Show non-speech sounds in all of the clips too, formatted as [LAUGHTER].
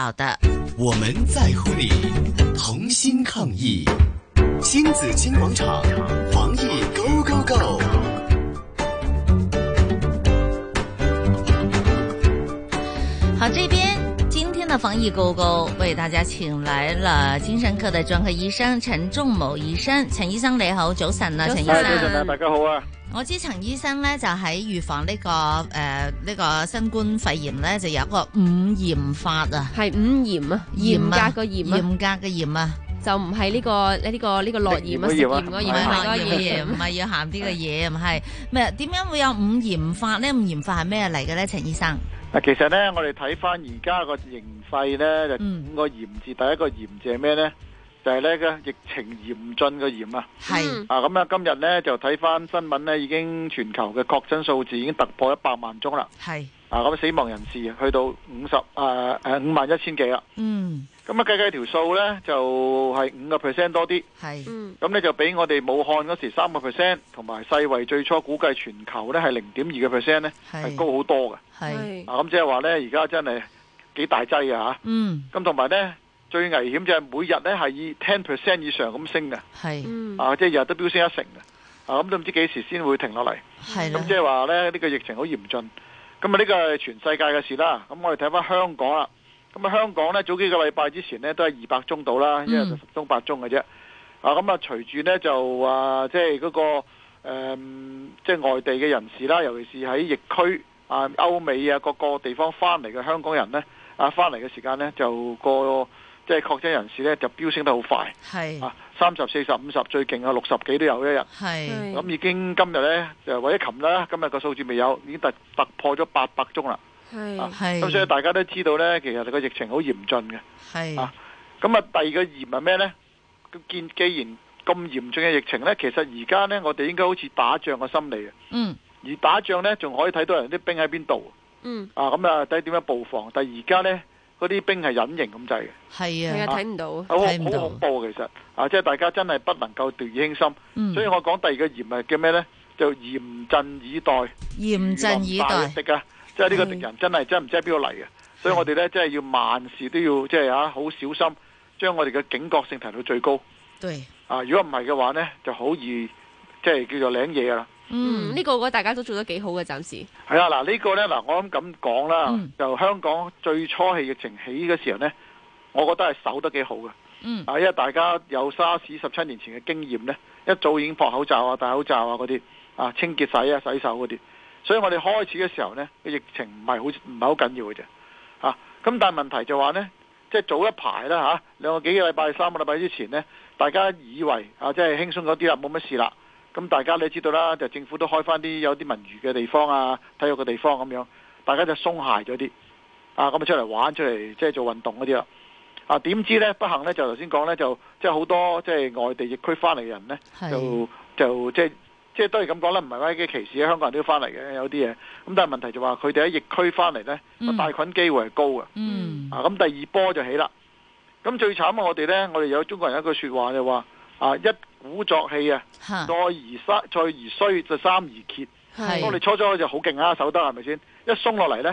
好的，我们在乎你，同心抗疫。新紫金广场，防疫 Go Go Go！好，这边今天的防疫勾勾为大家请来了精神科的专科医生陈仲谋醫生，陳醫生你好，早晨啊，早陳晨醫啊生。大家好啊！我知陳醫生咧就喺預防呢、個誒呢、個新冠肺炎咧就有一個五嚴法啊，係五鹽啊，嚴嚴啊格個嚴啊，嚴格嘅嚴啊，就唔係呢個呢個呢個落鹽啊，食食鹽啊鹽嗰個唔鹽係係嗰啊個係鹽嘢，唔係要鹹啲嘅 [LAUGHS] 嘢，唔係咩？點樣會有五嚴法咧？五嚴法係咩嚟嘅咧？陳醫生，嗱，其實咧，我哋睇翻而家個形勢咧，就嗯五個嚴字，第一個嚴字係咩咧？就係咧個疫情嚴峻嘅嚴啊！係嗯啊，咁啊，今日咧就睇翻新聞咧，已經全球嘅確診數字已經突破一百萬宗啦！係啊，咁死亡人士去到五十啊誒五萬一千幾啦！嗯咁啊，計計條數咧就係五個 percent 多啲，係嗯咁咧就比我哋武漢嗰時三個 percent，同埋世衛最初估計全球咧係零點二個 percent 咧係高係好多嘅。係係啊，咁即係話呢，而家真係幾大劑啊嗯嚇！咁同埋呢，最危險就係每日呢係以 ten percent 以上咁升嘅，係嗯啊，即係日日都飆升一成嘅，啊，咁都唔知幾時先會停落嚟。係咁即啦，係話呢，呢個疫情好嚴峻。咁啊，呢個係全世界嘅事啦。咁我哋睇翻香港啦。咁啊，香港呢，早幾個禮拜之前呢，都係二百宗到啦，一日就嗯十宗八宗嘅啫。啊，咁啊，隨住呢，就啊，即係嗰個誒即係外地嘅人士啦，尤其是喺疫區啊、歐美啊各個地方翻嚟嘅香港人呢，啊翻嚟嘅時間呢，就個即係確診人士呢，就飆升得好快係啊，三十、四十、五十，最勁啊六十幾都有一日。係咁已經今日呢，就或者琴日啦，今日個數字未有，已經突突破咗八百宗啦。係係咁所以大家都知道呢，其實個疫情好嚴峻嘅。係啊咁啊，第二個嚴係咩呢？咁見既然咁嚴峻嘅疫情呢，其實而家呢，我哋應該好似打仗嘅心理啊。嗯而打仗呢，仲可以睇到人啲兵喺邊度嗯啊，咁啊睇點樣布防。但而家呢，嗰啲兵係隱形咁滯嘅，係係啊，啊，睇唔到啊，好睇唔到好恐怖嘅其實啊，即係大家真係不能夠掉以輕心。嗯所以我講第二個嚴係叫咩呢？就嚴陣以待。嗯嚴陣以待敵啊！即係呢個敵人真係真唔知喺邊度嚟嘅，所以我哋咧真係要萬事都要即係啊好小心，將我哋嘅警覺性提到最高對，啊！如果唔係嘅話咧，就好易即係叫做領嘢㗎啦。嗯嗯呢個我覺得大家都做得幾好嘅，暫時係啦，嗱、呢個呢，嗱，我諗咁講啦嗯，就香港最初係疫情起嘅時候呢，我覺得係守得幾好嘅，嗯啊，因為大家有沙士十七年前嘅經驗呢，一早已經撲口罩啊、戴口罩啊嗰啲啊、清潔洗啊、洗手嗰啲，所以我哋開始嘅時候呢，個疫情唔係好唔係好緊要嘅啫，啊，咁但係問題就話呢，即係早一排啦啊嚇、兩個幾個禮拜、三個禮拜之前呢，大家以為啊即係輕鬆咗啲啦，冇乜事啦。咁大家你知道啦，就政府都開翻啲有啲文娛嘅地方啊、體育嘅地方咁樣，大家就鬆懈咗啲啊，咁啊出嚟玩、出嚟即係做運動嗰啲啦。啊，點知呢？不幸呢，就頭先講呢，就即係好多即係外地疫區翻嚟嘅人呢，係就就即係即係都係咁講啦，唔係話嘅歧視，啊香港人都要翻嚟嘅有啲嘢。咁但係問題就話佢哋喺疫區翻嚟呢，個嗯帶菌機會係高嘅。嗯啊，咁第二波就起啦。咁最慘啊！我哋呢，我哋有中國人有一句説話就話啊，一鼓作氣啊！嚇再而三，再而衰，就三而竭。係咁我哋初初就好勁啊，守得係咪先？一鬆落嚟呢，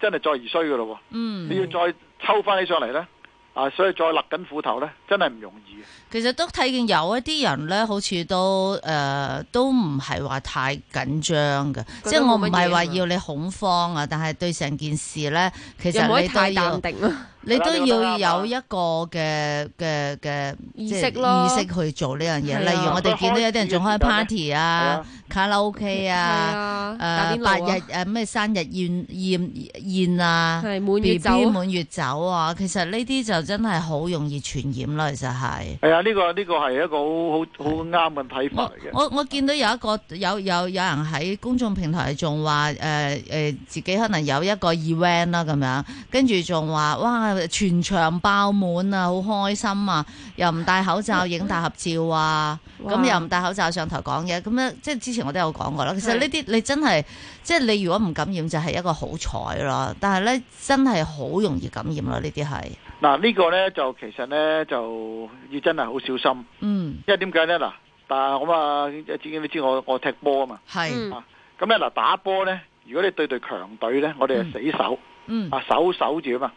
真係再而衰噶咯喎！嗯你。要再抽翻起上嚟呢，啊，所以再勒緊褲頭呢，真係唔容易嘅。其實都睇見有一啲人咧，好似都誒、呃都唔係話太緊張嘅，得即係我唔冇乜係嘢啊話要你恐慌啊，但係對成件事咧，其又唔實可以你都太要淡定啊，你都係啦你覺得啱要啊有一個嘅嘅嘅意即識係咯，意識去做呢樣嘢。係啊例如我哋見到有啲人仲開開始嘅時間呢 party 啊、卡拉 OK 係啊、啊，打誒邊爐八啊日誒咩生日宴宴宴啊。係滿 B 月 B 酒啊，滿月酒啊，其實呢啲就真係好容易傳染啦，其實係。係啊，呢個呢個係一個好好好啱嘅睇法我嚟嘅。我我見到有一個有有有人喺公眾平台仲話誒誒自己可能有一個 event 啦咁樣，跟住仲話哇全場爆滿啊，好開心啊，又唔戴口罩影大合照啊，哇咁又唔戴口罩上台講嘢，咁樣即係之前我都有講過啦。其實係呢啲你真係即係你如果唔感染就係一個好彩咯，但係咧真係好容易感染咯，呢啲係嗱，呢個呢，就其實呢，就要真係好小心，嗯因為點解呢？嗱，但係我啊，知你知我我踢波啊嘛。係嗯咁呢，嗱，打波呢，如果你對對強隊呢，我哋係死守。嗯啊，守守住啊嘛。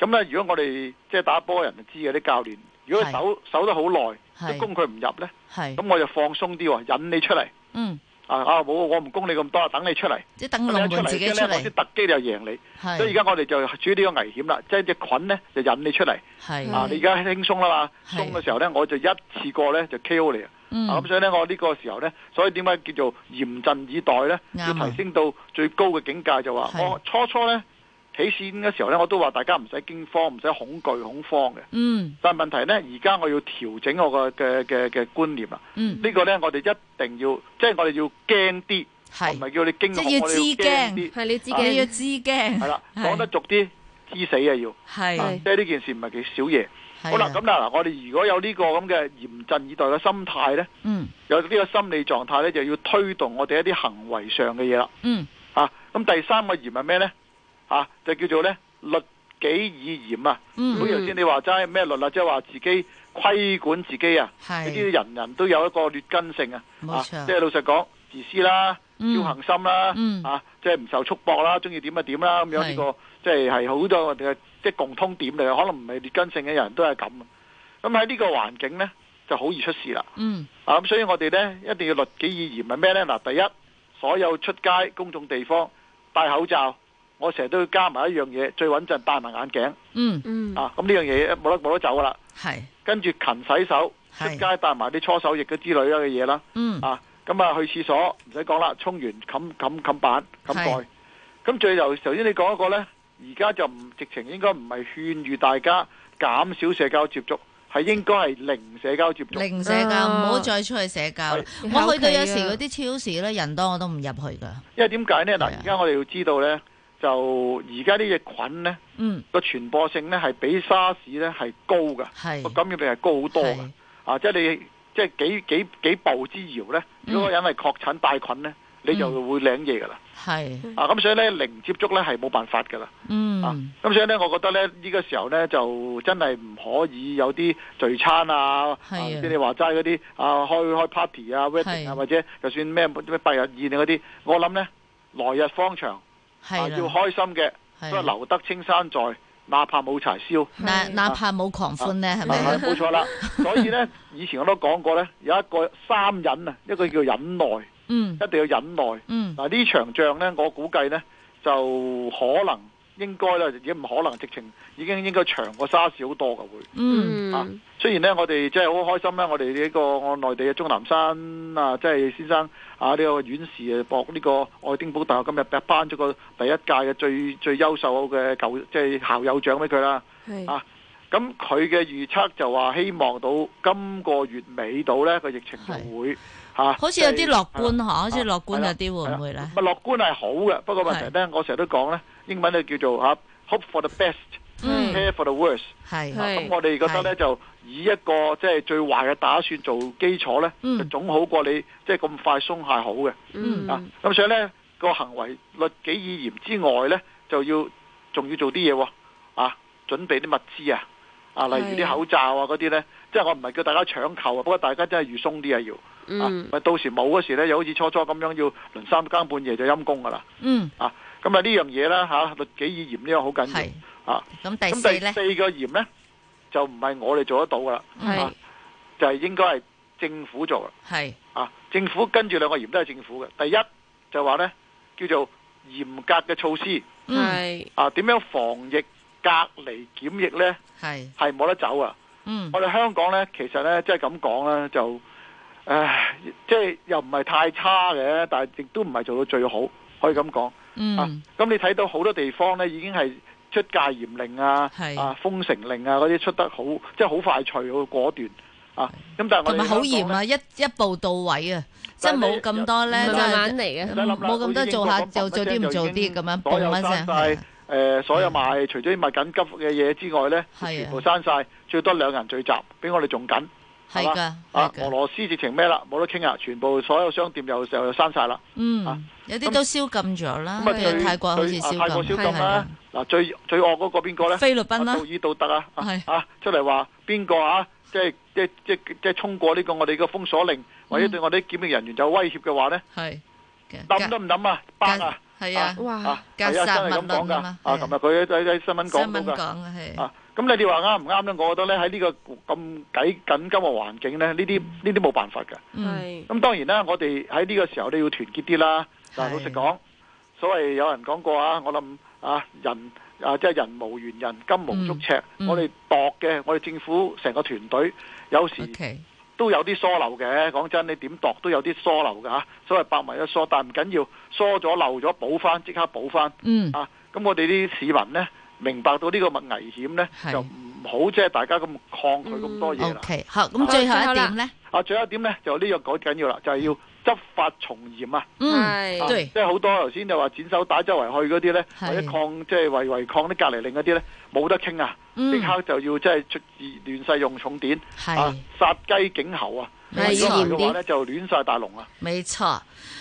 咁咧，如果我哋即係打波人就知嘅啲教練，如果佢係守守得好耐，係都攻佢唔入咧，係，咁我就放鬆啲喎，引你出嚟。嗯，啊啊！冇我唔攻你咁多，等你出嚟，即係等咁龍你一出門嚟自己之出後咧，我先嚟，突擊就贏你。所以而係家我哋就處於呢個危險啦，即係只菌咧就引你出嚟。係啊，你而家輕鬆啦嘛，係鬆嘅時候咧，我就一次過咧就 KO 你。嗯啊，咁所以咧，我呢個時候咧，所以點解叫做嚴陣以待咧？啱要啊提升到最高嘅境界就話，係我初初咧起線嘅時候咧，我都話大家唔使驚慌，唔使恐懼恐慌嘅。嗯但係問題咧，而家我要調整我個嘅嘅嘅觀念啦。嗯呢個咧，我哋一定要，即係我哋要驚啲，我係，唔係叫你即驚係恐，要我知哋要驚驚啲。係你自啊你要己知驚，係啦，講得俗啲，知死啊要。啊係即係呢件事唔係幾少嘢。係好啦，啊咁嗱，我哋如果有呢個咁嘅嚴陣以待嘅心態咧。嗯有呢個心理狀態咧，就要推動我哋一啲行為上嘅嘢啦。嗯啊，咁第三個嚴係咩呢？啊，就叫做呢律己以嚴啊。好嗯似頭先你話齋咩律啦，即係話自己規管自己啊。呢啲係，人人都有一個劣根性啊。冇啊錯即係老實講，自私啦，嗯僥倖心啦嗯，啊，即係唔受束縛啦，中意點就點啦，咁樣係呢個即係係好多我哋嘅即係共通點嚟嘅，可能唔係劣根性嘅人都係咁。啊咁喺呢個環境呢，就好易出事啦。嗯啊，咁所以我哋呢，一定要律己以嚴係咩呢？嗱，第一，所有出街公眾地方戴口罩，我成日都加埋一樣嘢，最穩陣戴埋眼鏡嗯嗯啊！咁呢樣嘢冇得冇得走噶啦。係跟住勤洗手，出係街戴埋啲搓手液嗰之類嘅嘢啦。嗯啊，咁啊去廁所唔使講啦，沖完冚冚冚板冚係蓋。咁最由頭先你講嗰個呢，而家就唔直情應該唔係勸喻大家減少社交接觸，係應該係零社交接觸。零社交，唔好再出去社交啦。我去到有時嗰啲超市咧，人多我都唔入去噶。因為點解呢？嗱，係啊而家我哋要知道呢，就而家呢隻菌呢嗯，個傳播性呢係比沙士呢係高㗎，係個感染率係高好多㗎。係啊，即係你即係幾幾幾步之遙呢，嗯如果個人係確診帶菌呢，你就會領嘢㗎啦。係，啊，咁所以呢，零接觸呢係冇辦法㗎啦。啊嗯，咁所以呢，我覺得呢，呢個時候呢，就真係唔可以有啲聚餐啊，啊係啊即係你話齋嗰啲啊開開 party 啊 wedding 係啊，或者就算咩咩百日宴啊嗰啲，我諗呢，來日方長。係啊要啦，開心嘅，係都啦。係留得青山在，哪怕冇柴燒。哪係哪怕冇狂歡咧，係啊咪？[LAUGHS] 冇錯啦。所以呢，以前我都講過呢，有一個三忍啊，一個叫忍耐，一嗯定要忍耐。嗯，嗱呢場仗呢，我估計呢，就可能應該啦，而家唔可能，直情已經應該長過沙士好多嘅會。嗯啊嗯，雖然呢，我哋即係好開心啦，我哋呢、個我內地嘅鍾南山啊，即係先生啊，呢、個院士啊，博呢個愛丁堡大學今日頒咗個第一屆嘅最最優秀嘅舊即係校友獎俾佢啦。係啊咁佢嘅預測就話希望到今個月尾到呢個疫情就會嚇，啊好似有啲樂觀即係嗬，好似樂觀有啲會係啦唔會咧唔？係樂觀係好嘅，不過問題呢，我成日都講呢，英文就叫做嚇 hope for the best，care 嗯， for the worst。啊係係咁我哋覺得係咧就以一個即係最壞嘅打算做基礎咧，嗯就總好過你即係咁快鬆懈好嘅、嗯啊嗯。咁所以咧個行為律己以嚴之外咧，就要仲要做啲嘢喎啊，準備啲物資啊啊，例如係啲口罩啊嗰啲咧，即係我唔係叫大家搶購啊，不過大家真係預鬆啲啊要啊，嗯咪到時冇嗰時咧，又好似初初咁樣要輪三更半夜就陰公噶啦嗯啊，咁啊呢樣嘢啦嚇，律己以嚴呢個好緊係。要啊。咁第咁四咧第，四個嚴呢，就唔係我哋做得到噶啦，係就係應該係政府做啦。係啊，政府跟住兩個嚴都係政府嘅。第一就話呢，叫做嚴格嘅措施嗯係啊，點樣防疫、隔離、檢疫呢？係係冇得走啊！嗯我哋香港呢，其實呢，即係咁講啦，就唉，即係又唔係太差嘅，但係亦都唔係做到最好，可以咁講。啊嗯，咁你睇到好多地方呢，已經係出戒嚴令啊係、啊封城令啊嗰啲出得好，即係好快脆、好果斷啊！咁但係我同哋埋好香嚴港呢啊，一一步到位啊，即係但係冇咁多咧，慢即係慢嚟啊嘅唔使諗啦嗯冇咁多做下做做啲唔做啲咁樣，嘣一聲，係啊誒、所有賣除咗啲賣緊急嘅嘢之外呢，係啊全部閂晒，最多兩人聚集，比我哋仲緊係係㗎，啊係！俄㗎，羅斯直情咩啦，冇得傾啊！全部所有商店又又又閂晒啦。啊嗯，有啲都消禁咗啦，咁啊，譬最如泰國好似最消啊禁，泰國消禁係啦啊。嗱，最最惡嗰個邊個呢？菲律賓啦啊，杜爾道特啊，啊係啊出嚟話邊個啊？即係即係即係即係衝過呢個我哋嘅嗯封鎖令，或者對我哋啲檢疫人員有威脅嘅話呢，係嘅諗都唔諗啊，崩啊！係啊，哇啊，格係殺啊，真係咁勿論啊講㗎。嘛啊，係琴日佢喺喺新聞新講聞到㗎。講嘅係啊，咁你哋話啱唔啱咧？我覺得咧喺呢個咁緊緊急嘅環境咧，呢啲呢啲冇辦法㗎。嗯係咁當然啦，我哋喺呢個時候你要團結啲啦。嗱，係老實講，所謂有人講過啊，我諗啊人啊即係人無完人，金無足赤。嗯我哋度嘅，我哋政府成個團隊有時嗯，OK，都有啲疏漏嘅。講真，你點度都有啲疏漏㗎嚇。所謂百密一疏，但唔緊要，疏咗漏咗補翻，即刻補翻。嗯，啊，咁我哋啲市民呢，明白到呢個物危險呢，係就唔好即係大家咁抗拒咁多嘢啦。 OK，好，咁好最最後後一啦點咧，啊，最後一點呢，就呢個好緊要啦，就係、要執法從嚴啊！嗯，啊係對即係好多頭先就話剪手帶周圍去嗰啲呢，係或者抗即係違違抗啲隔離令嗰啲呢，冇得傾啊！嗯即，刻就要即係出亂世用重典啊係，，殺雞儆猴啊！冇如錯嚴。果唔係嘅話呢，就亂晒大龍啊！没错，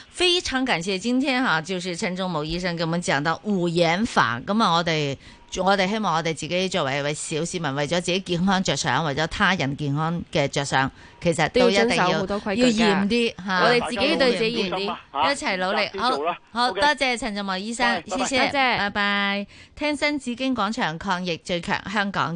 非常感謝今天哈、就是陳仲謀醫生給我們講到護眼法。咁啊，我哋我哋希望我哋自己作為一位小市民，為咗自己健康着想，為咗他人健康嘅着想，其實都都要一定遵守要好多規矩要㗎嚴啲吓。我哋自己對自己大嚴家都啲小心啊一齊努力啊先做啦好 OK 多謝陳仲謀醫生，拜拜謝謝，多謝拜拜。聽新紫荊廣場抗疫最強香港。